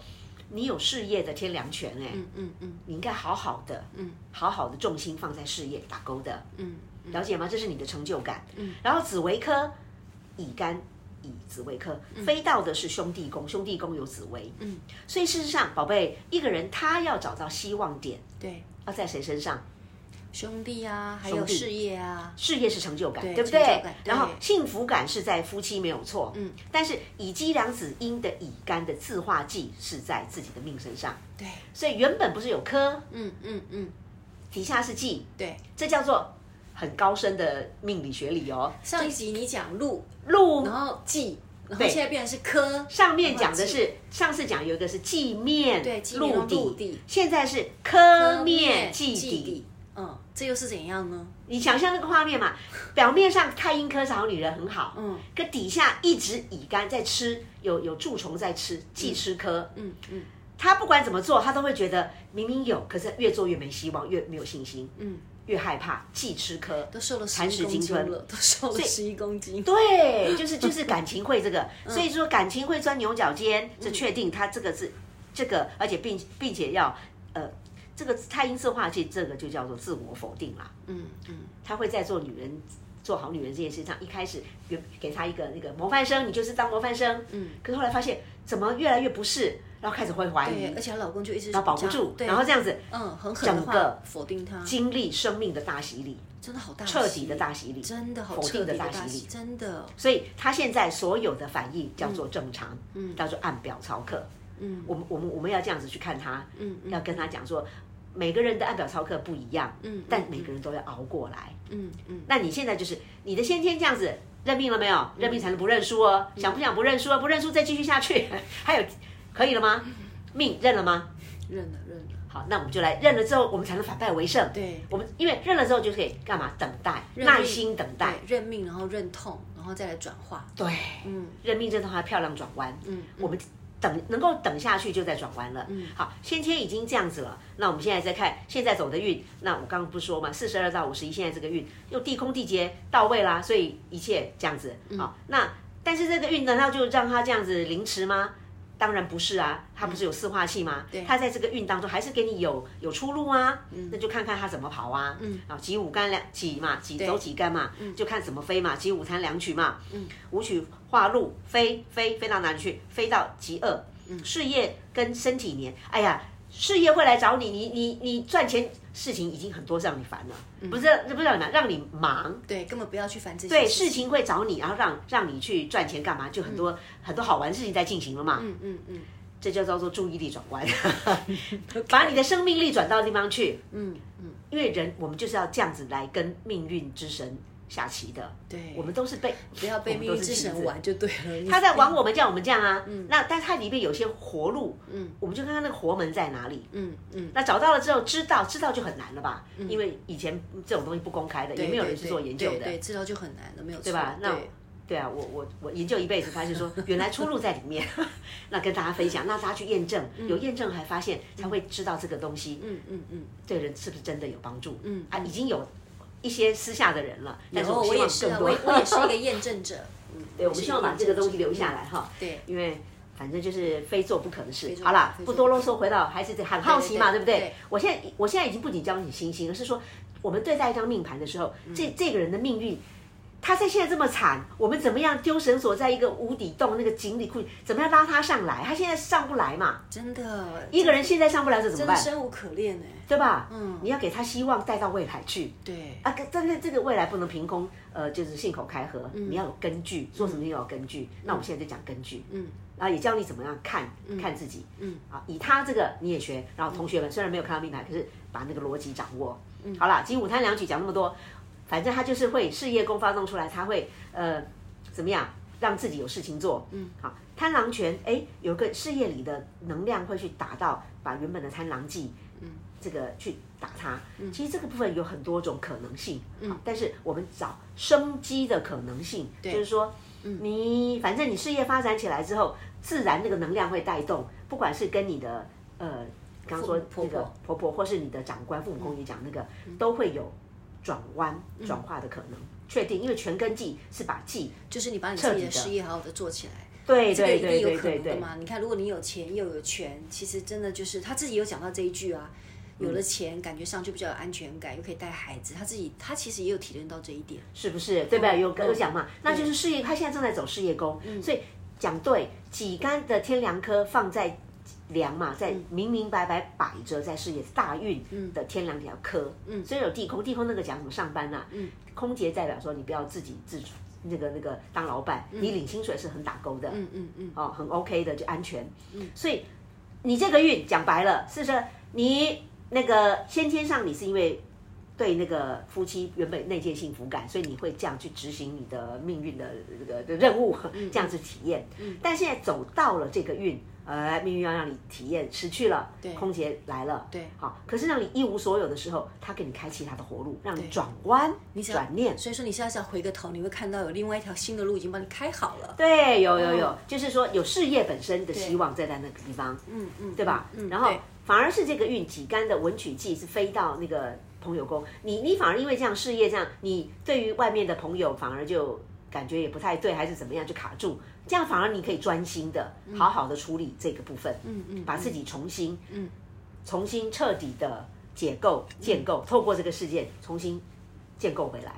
[SPEAKER 2] 你有事业的天良权、哎，
[SPEAKER 1] 嗯嗯嗯
[SPEAKER 2] 你应该好好的，嗯，好好的重心放在事业打勾的，
[SPEAKER 1] 嗯，
[SPEAKER 2] 了解吗？这是你的成就感。嗯，然后紫薇科乙肝乙紫薇科、
[SPEAKER 1] 嗯
[SPEAKER 2] 飞到的是兄弟宫，兄弟宫有紫薇。嗯，所以事实上，宝贝，一个人他要找到希望点，
[SPEAKER 1] 对，
[SPEAKER 2] 要在谁身上？
[SPEAKER 1] 兄弟啊，还有
[SPEAKER 2] 弟
[SPEAKER 1] 事业啊，
[SPEAKER 2] 事业是成就感，对
[SPEAKER 1] 成
[SPEAKER 2] 不对
[SPEAKER 1] 就感？对
[SPEAKER 2] 然后幸福感是在夫妻没有错，嗯，但是乙鸡两子阴的乙肝的自化剂是在自己的命身上，
[SPEAKER 1] 对，
[SPEAKER 2] 所以原本不是有科，
[SPEAKER 1] 嗯嗯嗯，
[SPEAKER 2] 底下是忌，
[SPEAKER 1] 对。
[SPEAKER 2] 这叫做很高深的命理学理哦。
[SPEAKER 1] 上一集你讲路，
[SPEAKER 2] 路
[SPEAKER 1] 然后记，然后现在变成是科，
[SPEAKER 2] 上面讲的是上次讲有一个是忌面，
[SPEAKER 1] 对忌面
[SPEAKER 2] 陆
[SPEAKER 1] 陆
[SPEAKER 2] 地
[SPEAKER 1] 地，
[SPEAKER 2] 现在是科
[SPEAKER 1] 科
[SPEAKER 2] 面忌
[SPEAKER 1] 忌
[SPEAKER 2] 底。，
[SPEAKER 1] 嗯，这又是怎样呢？
[SPEAKER 2] 你想象那个画面嘛， 表面上太阴科是好女人很好，嗯
[SPEAKER 1] 嗯，
[SPEAKER 2] 可底下一直乙肝在吃，有有蛀虫在吃，忌吃科，
[SPEAKER 1] 嗯嗯
[SPEAKER 2] 她不管怎么做，她都会觉得明明有，可是越做越没希望，越没有信心，
[SPEAKER 1] 嗯，
[SPEAKER 2] 越害怕，忌吃科，
[SPEAKER 1] 都瘦了十
[SPEAKER 2] 蚕食
[SPEAKER 1] 一公
[SPEAKER 2] 鲸
[SPEAKER 1] 斤
[SPEAKER 2] 吞
[SPEAKER 1] 了，都瘦了十一公斤，
[SPEAKER 2] 对，就 是就是感情会这个，
[SPEAKER 1] 嗯
[SPEAKER 2] 所以说感情会钻牛角尖，这确定他这个是这个，而且并并且要呃，这个太阴色化器这个就叫做自我否定啦。
[SPEAKER 1] 嗯嗯，
[SPEAKER 2] 他会在做女人做好女人这件事上，一开始给给他一个那个模范生，你就是当模范生，嗯，可是后来发现怎么越来越不是，然后开始会怀
[SPEAKER 1] 对，
[SPEAKER 2] 疑
[SPEAKER 1] 而，且她老公就一直
[SPEAKER 2] 保不
[SPEAKER 1] 这样
[SPEAKER 2] 住，
[SPEAKER 1] 对，
[SPEAKER 2] 然后这样子
[SPEAKER 1] 嗯，很狠的
[SPEAKER 2] 整
[SPEAKER 1] 话
[SPEAKER 2] 个
[SPEAKER 1] 否定他，
[SPEAKER 2] 经历生命的大洗礼，
[SPEAKER 1] 真的好大，
[SPEAKER 2] 彻底的大，洗礼，
[SPEAKER 1] 真的好
[SPEAKER 2] 否
[SPEAKER 1] 彻
[SPEAKER 2] 定
[SPEAKER 1] 底
[SPEAKER 2] 的
[SPEAKER 1] 的
[SPEAKER 2] 大
[SPEAKER 1] 大
[SPEAKER 2] 洗
[SPEAKER 1] 洗，
[SPEAKER 2] 礼。
[SPEAKER 1] 真的，
[SPEAKER 2] 所以他现在所有的反应叫做正常，嗯叫做按表操课。嗯，我们我们我们要这样子去看他，嗯，要跟他讲说，每个人的按表操课不一样，嗯，但每个人都要熬过来。
[SPEAKER 1] 嗯嗯，
[SPEAKER 2] 那你现在就是你的先天这样子认命了没有？认命才能不认输哦。想不想不认输啊？不认输再继续下 去。还有，可以了吗？命认了吗？
[SPEAKER 1] 认了认了，
[SPEAKER 2] 好，那我们就来认了之后，我们才能反败为胜。
[SPEAKER 1] 对
[SPEAKER 2] 我们因为认了之后就可以干嘛？等待，
[SPEAKER 1] 认命
[SPEAKER 2] 耐心等待。
[SPEAKER 1] 对，认命，然后认痛，然后再来转化。
[SPEAKER 2] 对，
[SPEAKER 1] 嗯
[SPEAKER 2] 认命真的话漂亮转弯。
[SPEAKER 1] 嗯，
[SPEAKER 2] 我们等能够等下去就在转弯了。嗯，好，先天已经这样子了，那我们现在再看现在走的运，那我刚刚不是说嘛，四十二到五十一，现在这个运又地空地劫到位啦，所以一切这样子。好，那但是这个运难道就让它这样子凌迟吗？当然不是啊，它不是有四化气吗？对它在这个运当中还是给你有有出路啊。那就看看它怎么跑啊。嗯，啊，几五干两几嘛，几走几干嘛，就看怎么飞嘛，几五参两曲嘛。嗯，舞曲化禄飞飞飞到哪里去？飞到极恶。嗯，事业跟身体年，哎呀，事业会来找你，你你你赚钱事情已经很多让你烦了，不是不是让你烦，让你忙。
[SPEAKER 1] 对，根本不要去烦这些
[SPEAKER 2] 对，事情会找你，然后让让你去赚钱干嘛？就很多、很多好玩的事情在进行了嘛。
[SPEAKER 1] 嗯嗯嗯，
[SPEAKER 2] 这就叫做注意力转 弯，把你的生命力转到地方去。嗯嗯，因为人我们就是要这样子来跟命运之神下棋的。
[SPEAKER 1] 对
[SPEAKER 2] 我们都是被
[SPEAKER 1] 不要被命运之神玩嗯就对了。
[SPEAKER 2] 他在玩我们，叫我们这样啊。那但它里面有些活路，嗯，我们就看看那个活门在哪里。
[SPEAKER 1] 嗯嗯，
[SPEAKER 2] 那找到了之后，知道知道就很难了吧？因为以前这种东西不公开的，也没有人去做研究
[SPEAKER 1] 对
[SPEAKER 2] 的
[SPEAKER 1] 对，。治疗就很难了，没有对
[SPEAKER 2] 吧那对啊，我我我研究一辈子，发现说原来出路在里面， 那跟大家分享，那大家去验证，有验证还发现才会知道这个东西
[SPEAKER 1] 嗯嗯嗯，
[SPEAKER 2] 对人是不是真的有帮助。
[SPEAKER 1] 嗯
[SPEAKER 2] 啊，已经有一些私下的人了，但是
[SPEAKER 1] 哦，
[SPEAKER 2] 我
[SPEAKER 1] 我
[SPEAKER 2] 们
[SPEAKER 1] 也
[SPEAKER 2] 希
[SPEAKER 1] 是
[SPEAKER 2] 望
[SPEAKER 1] 啊，
[SPEAKER 2] 更多。
[SPEAKER 1] 我也我也是一个验证者。嗯，
[SPEAKER 2] 对，我们希望把这个东西留下来哈。
[SPEAKER 1] 对
[SPEAKER 2] 因为反正就是非做不可的事
[SPEAKER 1] 非。做不可
[SPEAKER 2] 好啦
[SPEAKER 1] 非，
[SPEAKER 2] 不
[SPEAKER 1] 做
[SPEAKER 2] 多
[SPEAKER 1] 不
[SPEAKER 2] 啰嗦，回到还是得很好奇嘛，
[SPEAKER 1] 对
[SPEAKER 2] 对不
[SPEAKER 1] 对
[SPEAKER 2] 对
[SPEAKER 1] 对？
[SPEAKER 2] 我现在我现在已经不仅教你星星，而是说我们对待一张命盘的时候，
[SPEAKER 1] 嗯
[SPEAKER 2] 这这个人的命运。他在现在这么惨，我们怎么样丢绳索在一个无底洞那个井里困，怎么样拉他上来？他现在上不来嘛，
[SPEAKER 1] 真的
[SPEAKER 2] 一个人现在上不来，这怎么
[SPEAKER 1] 真的
[SPEAKER 2] 办？
[SPEAKER 1] 生无可恋哎。
[SPEAKER 2] 对吧？
[SPEAKER 1] 嗯
[SPEAKER 2] 你要给他希望带到未来去。
[SPEAKER 1] 对，
[SPEAKER 2] 啊，跟真的这个未来不能凭空，呃，就是信口开河，你要有根据，做什么要有根据。那我们现在就讲根据，嗯，然后也教你怎么样看、看自己，嗯，啊，以他这个你也学，然后同学们虽然没有看到命盘，可是把那个逻辑掌握，嗯，好啦，今天五贪两举讲那么多，反正他就是会事业宫发动出来，他会呃怎么样让自己有事情做，嗯，好，贪狼拳，哎，有个事业里的能量会去打到把原本的贪狼技，嗯，这个去打它，其实这个部分有很多种可能性，嗯，但是我们找生机的可能性，就是说，你反正你事业发展起来之后，自然那个能量会带动，不管是跟你的呃。刚刚说
[SPEAKER 1] 父
[SPEAKER 2] 那
[SPEAKER 1] 母婆
[SPEAKER 2] 个
[SPEAKER 1] 婆
[SPEAKER 2] 婆婆，嗯或是你的长官、父母宫也讲那个，都会有转弯、转化的可能。确定，因为全根记是把记，
[SPEAKER 1] 就是你把你自
[SPEAKER 2] 底
[SPEAKER 1] 己
[SPEAKER 2] 的
[SPEAKER 1] 的事业好好的做起来。
[SPEAKER 2] 对
[SPEAKER 1] 这个
[SPEAKER 2] 对
[SPEAKER 1] 一定
[SPEAKER 2] 对
[SPEAKER 1] 有
[SPEAKER 2] 对
[SPEAKER 1] 可
[SPEAKER 2] 对
[SPEAKER 1] 能的
[SPEAKER 2] 对，
[SPEAKER 1] 嘛？你看，如果你有钱又有权，其实真的就是他自己有讲到这一句啊，有
[SPEAKER 2] 嗯
[SPEAKER 1] 了钱，感觉上就比较有安全感，又可以带孩子，他自己他其实也有体验到这一点。
[SPEAKER 2] 是不是？对不对？
[SPEAKER 1] 嗯
[SPEAKER 2] 有
[SPEAKER 1] 嗯
[SPEAKER 2] 有讲嘛？那就是事业，他现在正在走事业宫，所以讲对，己干的天梁科放在梁嘛，在明明白白摆着在事业大运的天梁条科，嗯，所以有地空，地空那个讲什么上班呐，嗯，空姐代表说你不要自己自主。那个那个当老板，你领薪水是很打勾的，嗯
[SPEAKER 1] 嗯嗯，
[SPEAKER 2] 哦，很 OK 的，就安全。所以你这个运讲白了，是说你那个先天上你是因为对那个夫妻原本内建幸福感，所以你会这样去执行你的命运的这个的任务，这样子体验。但现在走到了这个运。呃，命运要让你体验失去了，对空姐来了，对好，可是让你一无所有的时候，他给你开启他的活路，让你转弯，你
[SPEAKER 1] 这样
[SPEAKER 2] 转念，
[SPEAKER 1] 所以说你下次要回个头，你会看到有另外一条新的路已经帮你开好了。
[SPEAKER 2] 对，有有有，
[SPEAKER 1] 嗯
[SPEAKER 2] 就是说有事业本身的希望在在那个地方，嗯嗯，对吧？然后
[SPEAKER 1] 对
[SPEAKER 2] 反而是这个运己干的文曲季是飞到那个朋友宫，你你反而因为这样事业这样，你对于外面的朋友反而就感觉也不太对，还是怎么样就卡住，这样反而你可以专心的好好的处理这个部分，嗯嗯，把自己重新嗯重新彻底的解构建构，透过这个事件重新建构回来，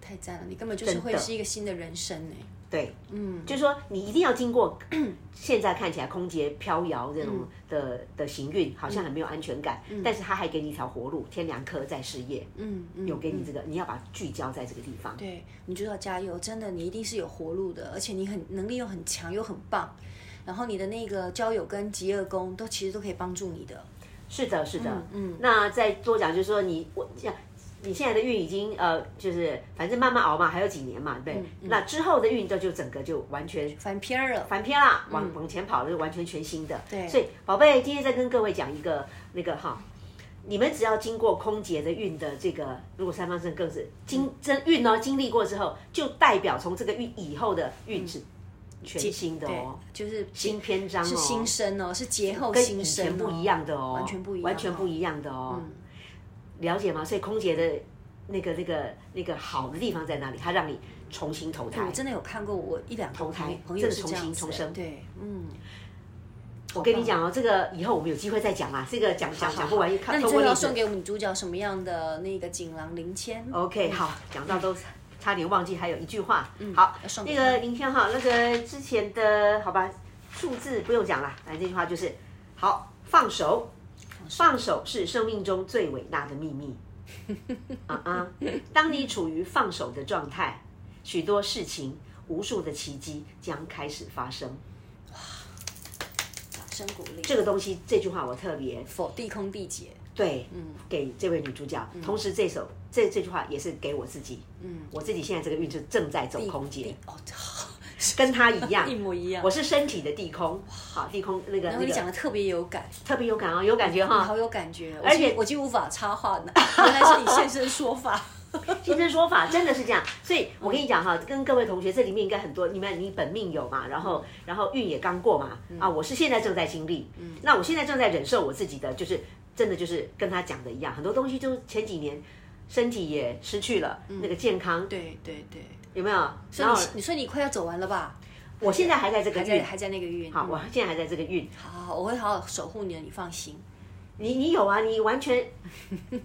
[SPEAKER 1] 太赞了，你根本就是会
[SPEAKER 2] 真的
[SPEAKER 1] 是一个新的人生呢、欸
[SPEAKER 2] 对，嗯，就是说你一定要经过 现在看起来空姐飘摇这
[SPEAKER 1] 嗯
[SPEAKER 2] 种的、的行运，好像很没有安全感，但是他还给你一条活路，天良科在事业，
[SPEAKER 1] 嗯嗯，
[SPEAKER 2] 有给你这个，你要把聚焦在这个地方。
[SPEAKER 1] 对，你就要加油，真的，你一定是有活路的，而且你很能力又很强，又很棒，然后你的那个交友跟极恶宫都其实都可以帮助你的。
[SPEAKER 2] 是的，是的，嗯，那再多讲就是说你我这样。你现在的运已经呃，就是反正慢慢熬嘛，还有几年嘛，对
[SPEAKER 1] 嗯
[SPEAKER 2] 不对？那之后的运就就整个就完全
[SPEAKER 1] 翻篇儿了，
[SPEAKER 2] 翻篇啦，啊
[SPEAKER 1] 嗯
[SPEAKER 2] 往、往前跑了，就完全全新的。对，所以宝贝，今天再跟各位讲一个那个哈，你们只要经过空姐的运的这个，如果三方正更是
[SPEAKER 1] 嗯
[SPEAKER 2] 经真运哦，经历过之后，就代表从这个运以后的运
[SPEAKER 1] 嗯
[SPEAKER 2] 是全新的哦，
[SPEAKER 1] 就是
[SPEAKER 2] 新篇章哦，
[SPEAKER 1] 是新生哦，是节后
[SPEAKER 2] 跟
[SPEAKER 1] 新
[SPEAKER 2] 以
[SPEAKER 1] 生、哦，
[SPEAKER 2] 前不一样的哦，
[SPEAKER 1] 完全不一样、嗯
[SPEAKER 2] 完全不一
[SPEAKER 1] 样。
[SPEAKER 2] 样的哦。了解吗？所以空姐的那个、那个、那个好的地方在哪里？它让你重新投胎
[SPEAKER 1] 我。真的有看过我一两个
[SPEAKER 2] 投胎
[SPEAKER 1] 朋友朋友
[SPEAKER 2] 真的
[SPEAKER 1] 是
[SPEAKER 2] 重
[SPEAKER 1] 这样
[SPEAKER 2] 新
[SPEAKER 1] 子
[SPEAKER 2] 重
[SPEAKER 1] 的
[SPEAKER 2] 生
[SPEAKER 1] 对，嗯，
[SPEAKER 2] 我跟你讲哦，这个以后我们有机会再讲啊，这个讲讲讲不完，
[SPEAKER 1] 那
[SPEAKER 2] 看
[SPEAKER 1] 你
[SPEAKER 2] 透
[SPEAKER 1] 最
[SPEAKER 2] 过
[SPEAKER 1] 后
[SPEAKER 2] 历
[SPEAKER 1] 要
[SPEAKER 2] 史
[SPEAKER 1] 送。给我们主角什么样的那个锦囊零签？
[SPEAKER 2] OK，好，讲到都差点忘记，还有一句话。好
[SPEAKER 1] 嗯要送，给
[SPEAKER 2] 那
[SPEAKER 1] 他
[SPEAKER 2] 个林天哈，那个之前的好吧，数字不用讲了，反正这句话就是好放手，放手是生命中最伟大的秘 密。啊啊！当你处于放手的状态，许多事情、无数的奇迹将开始发生。
[SPEAKER 1] 掌声鼓励。
[SPEAKER 2] 这个东西，这句话我特别
[SPEAKER 1] 否地空地劫，
[SPEAKER 2] 对，嗯，给这位女主角。
[SPEAKER 1] 嗯
[SPEAKER 2] 同时，这首这这句话也是给我自己，嗯，我自己现在这个运就正在走空
[SPEAKER 1] 地
[SPEAKER 2] 姐，
[SPEAKER 1] 哦，
[SPEAKER 2] 跟她一 样，
[SPEAKER 1] 一模一样
[SPEAKER 2] 我是身体的地空，好，地空那个
[SPEAKER 1] 然后
[SPEAKER 2] 那
[SPEAKER 1] 你讲的
[SPEAKER 2] 个
[SPEAKER 1] 特别有感，
[SPEAKER 2] 特别有感哦，有感觉
[SPEAKER 1] 你
[SPEAKER 2] 哈。
[SPEAKER 1] 好有感觉，
[SPEAKER 2] 而且
[SPEAKER 1] 我几我几乎无法插话呢，原来是你现身说法。
[SPEAKER 2] 先生说法真的是这 样，所以我跟你讲哈，跟各位同学，这里面应该很多，你们你本命有嘛，
[SPEAKER 1] 嗯
[SPEAKER 2] 然后然后运也刚过嘛，啊，我是现在正在经历，
[SPEAKER 1] 嗯
[SPEAKER 2] 那我现在正在忍受我自己的，就是真的就是跟他讲的一样，很多东西就前几年身体也失去了
[SPEAKER 1] 嗯
[SPEAKER 2] 那个健康，
[SPEAKER 1] 对对对，
[SPEAKER 2] 有没有？然
[SPEAKER 1] 你
[SPEAKER 2] 后
[SPEAKER 1] 你说你快要走完了吧？
[SPEAKER 2] 我现在还在这个
[SPEAKER 1] 还在
[SPEAKER 2] 运，
[SPEAKER 1] 还在那个晕。
[SPEAKER 2] 好，
[SPEAKER 1] 嗯
[SPEAKER 2] 我啊现在还在这个运。
[SPEAKER 1] 好好，好我会好好守护你的，你放心。
[SPEAKER 2] 你你有啊？你完全，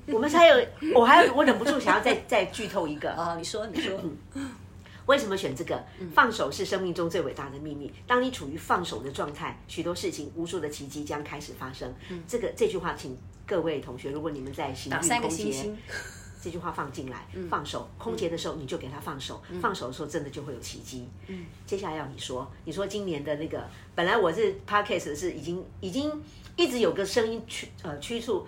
[SPEAKER 2] 我们才有，我还有我忍不住想要再 再剧透一个。
[SPEAKER 1] 啊，你说你说，
[SPEAKER 2] 为什么选这个？
[SPEAKER 1] 嗯
[SPEAKER 2] 放手是生命中最伟大的秘密。当你处于放手的状态，许多事情、无数的奇迹将开始发生。这个这句话，请各位同学，如果你们在行
[SPEAKER 1] 打
[SPEAKER 2] 运
[SPEAKER 1] 嗯三个
[SPEAKER 2] 空
[SPEAKER 1] 星
[SPEAKER 2] 劫
[SPEAKER 1] 星，
[SPEAKER 2] 这句话放进来，
[SPEAKER 1] 嗯
[SPEAKER 2] 放手空劫的时候你就给他放手，放手的时候真的就会有奇迹。嗯，接下来要你说，你说今年的那个，本来我是 podcast 是已经已经一直有个声音驱呃驱促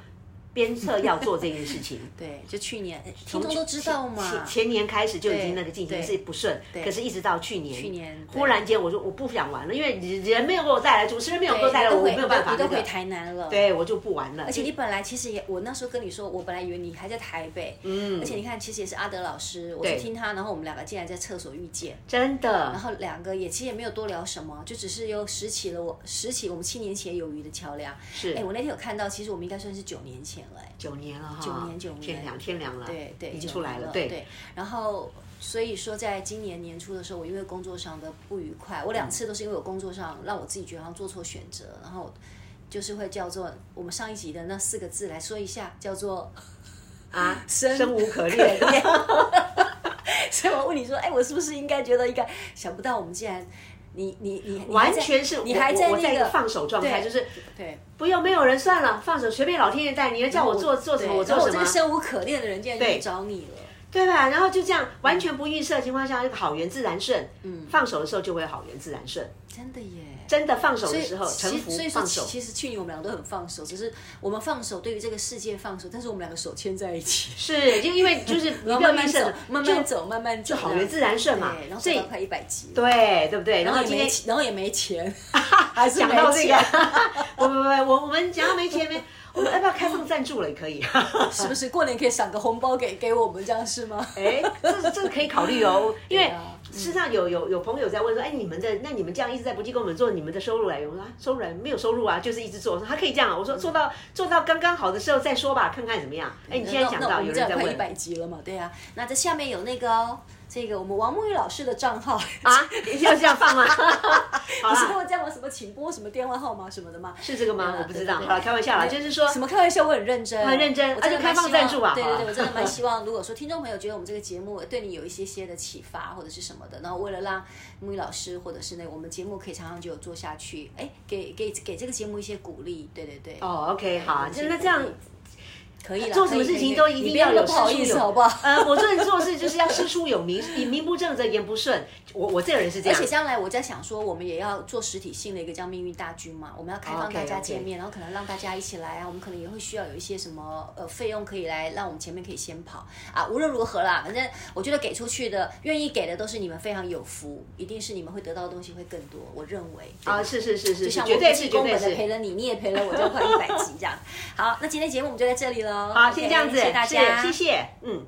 [SPEAKER 2] 鞭策要做这件事 情。
[SPEAKER 1] 对，就去年哎听众都知道嘛
[SPEAKER 2] 前。前年开始就已经那个
[SPEAKER 1] 对
[SPEAKER 2] 进行
[SPEAKER 1] 啊对
[SPEAKER 2] 是不顺，可是一直到去年，
[SPEAKER 1] 去年对
[SPEAKER 2] 忽然间我说我不想玩了，因为人没有给我带来，主持人没有给我带来，
[SPEAKER 1] 都
[SPEAKER 2] 我
[SPEAKER 1] 回
[SPEAKER 2] 没有办法
[SPEAKER 1] 你都你
[SPEAKER 2] 那
[SPEAKER 1] 都回
[SPEAKER 2] 个，
[SPEAKER 1] 台南了。
[SPEAKER 2] 对我就不玩了。
[SPEAKER 1] 而且你本来其实也，我那时候跟你说，我本来以为你还在台北，嗯，而且你看，其实也是阿德老师，我去
[SPEAKER 2] 对
[SPEAKER 1] 听他，然后我们两个竟然在厕所遇见，
[SPEAKER 2] 真的
[SPEAKER 1] 然，后两个也其实也没有多聊什么，就只是又拾起了我拾起我们七年前有余的桥梁。
[SPEAKER 2] 是
[SPEAKER 1] 哎，我那天有看到，其实我们应该算是九年前了，哎，
[SPEAKER 2] 九年了哈，
[SPEAKER 1] 九年九年
[SPEAKER 2] 天凉天凉了，
[SPEAKER 1] 对对，
[SPEAKER 2] 已经
[SPEAKER 1] 九
[SPEAKER 2] 出来
[SPEAKER 1] 年
[SPEAKER 2] 了，
[SPEAKER 1] 对
[SPEAKER 2] 对，
[SPEAKER 1] 然后所以说，在今年年初的时候，我因为工作上的不愉快，我
[SPEAKER 2] 嗯
[SPEAKER 1] 两次都是因为我工作上让我自己觉得好像做错选择，然后就是会叫做我们上一集的那四个字来说一下，叫做
[SPEAKER 2] 啊，
[SPEAKER 1] 生
[SPEAKER 2] 生无可恋，
[SPEAKER 1] 所以我问你说，哎，我是不是应该觉得应该？想不到我们竟然，你你你你还
[SPEAKER 2] 完
[SPEAKER 1] 在
[SPEAKER 2] 全是
[SPEAKER 1] 你
[SPEAKER 2] 我
[SPEAKER 1] 还
[SPEAKER 2] 我
[SPEAKER 1] 在
[SPEAKER 2] 我在
[SPEAKER 1] 那
[SPEAKER 2] 一个放手状态，
[SPEAKER 1] 对
[SPEAKER 2] 就是
[SPEAKER 1] 对，
[SPEAKER 2] 不用没有人算了，放手随便老天爷带，你要叫我做做什么
[SPEAKER 1] 对
[SPEAKER 2] 我
[SPEAKER 1] 然后
[SPEAKER 2] 做
[SPEAKER 1] 我
[SPEAKER 2] 什
[SPEAKER 1] 这
[SPEAKER 2] 么
[SPEAKER 1] 个，生无可恋的人竟然
[SPEAKER 2] 对
[SPEAKER 1] 去找你了，
[SPEAKER 2] 对吧？然后就这样完全不预设的情况下，那个好缘自然顺，嗯，放手的时候就会好缘自然顺。
[SPEAKER 1] 真的耶。
[SPEAKER 2] 真的放手
[SPEAKER 1] 所
[SPEAKER 2] 的
[SPEAKER 1] 以
[SPEAKER 2] 时候，
[SPEAKER 1] 其
[SPEAKER 2] 臣
[SPEAKER 1] 实
[SPEAKER 2] 服
[SPEAKER 1] 所以说
[SPEAKER 2] 放
[SPEAKER 1] 其，
[SPEAKER 2] 手，
[SPEAKER 1] 其实去年我们两个都很放手，只是我们放手对于这个世界放手，但是我们两个手牵在一 起，
[SPEAKER 2] 是就因为 就是你
[SPEAKER 1] 然后
[SPEAKER 2] 不要
[SPEAKER 1] 慢
[SPEAKER 2] 预
[SPEAKER 1] 慢
[SPEAKER 2] 设
[SPEAKER 1] 走，，慢慢
[SPEAKER 2] 就
[SPEAKER 1] 走，慢慢走，
[SPEAKER 2] 好缘自然顺嘛
[SPEAKER 1] 对，然后
[SPEAKER 2] 所
[SPEAKER 1] 走
[SPEAKER 2] 以
[SPEAKER 1] 到快一百集，
[SPEAKER 2] 对对不对？然后
[SPEAKER 1] 也
[SPEAKER 2] 今
[SPEAKER 1] 没
[SPEAKER 2] 天
[SPEAKER 1] 钱，然后也没钱， 还是
[SPEAKER 2] 讲到
[SPEAKER 1] 没
[SPEAKER 2] 这个
[SPEAKER 1] 钱，
[SPEAKER 2] 不不不，我我们讲到没钱没，我们要哎不要开放赞助了也可以？
[SPEAKER 1] 是不是过年可以赏个红包给给我们，这样是吗？
[SPEAKER 2] 哎，这这个可以考虑哦，因 为
[SPEAKER 1] 对啊
[SPEAKER 2] 事实上有有有朋友在问说，哎，你们的那你们这样一直在不计跟我们做，你们的收入来源？我说啊收入来源没有收入啊，就是一直做。我说他可以这样啊，我
[SPEAKER 1] 嗯
[SPEAKER 2] 说做到做到刚刚好的时候再说吧，看看怎么样。哎，你现在讲
[SPEAKER 1] 嗯那那
[SPEAKER 2] 到
[SPEAKER 1] 我们
[SPEAKER 2] 有人
[SPEAKER 1] 这样
[SPEAKER 2] 在
[SPEAKER 1] 快一
[SPEAKER 2] 问
[SPEAKER 1] 百集了嘛？对啊，那这下面有那个哦，这个我们王梦玉老师的账号，
[SPEAKER 2] 啊，要这样放吗？好
[SPEAKER 1] 不是跟
[SPEAKER 2] 啦，
[SPEAKER 1] 我讲了什么请拨什么电话号码什么的吗？
[SPEAKER 2] 是这个吗？
[SPEAKER 1] 对
[SPEAKER 2] 我不知道，
[SPEAKER 1] 对对
[SPEAKER 2] 好了，开玩笑啦，
[SPEAKER 1] 对
[SPEAKER 2] 就是说
[SPEAKER 1] 什么开玩笑，我很认真，
[SPEAKER 2] 很认真
[SPEAKER 1] 我真的
[SPEAKER 2] 而且开放赞助
[SPEAKER 1] 蛮希望
[SPEAKER 2] 啊
[SPEAKER 1] 对对对，
[SPEAKER 2] 好啊
[SPEAKER 1] 我真 的蛮希望，如果说听众朋友觉得我们这个节目对你有一些些的启发或者是什么的，然后为了让木鱼老师或者是那个我们节目可以长长久久做下去，哎，给给给这个节目一些鼓励，对对对。
[SPEAKER 2] 哦哦，OK，好啊，
[SPEAKER 1] 对
[SPEAKER 2] 就那这样，
[SPEAKER 1] 可以了。
[SPEAKER 2] 做什么
[SPEAKER 1] 可以
[SPEAKER 2] 事情
[SPEAKER 1] 可以
[SPEAKER 2] 都
[SPEAKER 1] 可以
[SPEAKER 2] 一
[SPEAKER 1] 你
[SPEAKER 2] 定
[SPEAKER 1] 不
[SPEAKER 2] 要有
[SPEAKER 1] 那么不好
[SPEAKER 2] 师出
[SPEAKER 1] 意思，
[SPEAKER 2] 有
[SPEAKER 1] 好不好？
[SPEAKER 2] 呃，我做人做事就是要师出有名，你名不正则言不顺。我我这个人是这
[SPEAKER 1] 而
[SPEAKER 2] 样
[SPEAKER 1] 且，将来我在想说，我们也要做实体性的一个叫命运大军嘛，我们要开放
[SPEAKER 2] OK，
[SPEAKER 1] 大家
[SPEAKER 2] OK
[SPEAKER 1] 见面然后可能让大家一起来啊，我们可能也会需要有一些什么呃费用可以来让我们前面可以先跑啊。无论如何啦，反正我觉得给出去的愿意给的都是你们非常有福，一定是你们会得到的东西会更多，我认为
[SPEAKER 2] 啊，是是是是，
[SPEAKER 1] 就
[SPEAKER 2] 是
[SPEAKER 1] 像
[SPEAKER 2] 绝
[SPEAKER 1] 我
[SPEAKER 2] 对
[SPEAKER 1] 不
[SPEAKER 2] 是
[SPEAKER 1] 计
[SPEAKER 2] 绝
[SPEAKER 1] 工
[SPEAKER 2] 对
[SPEAKER 1] 本的赔
[SPEAKER 2] 是。
[SPEAKER 1] 了你，你也赔了我，就快一百集这样。好，那今天节目我们就在这里喽。
[SPEAKER 2] 好，先这样子，
[SPEAKER 1] OK，谢谢大
[SPEAKER 2] 是
[SPEAKER 1] 家，
[SPEAKER 2] 谢谢，嗯。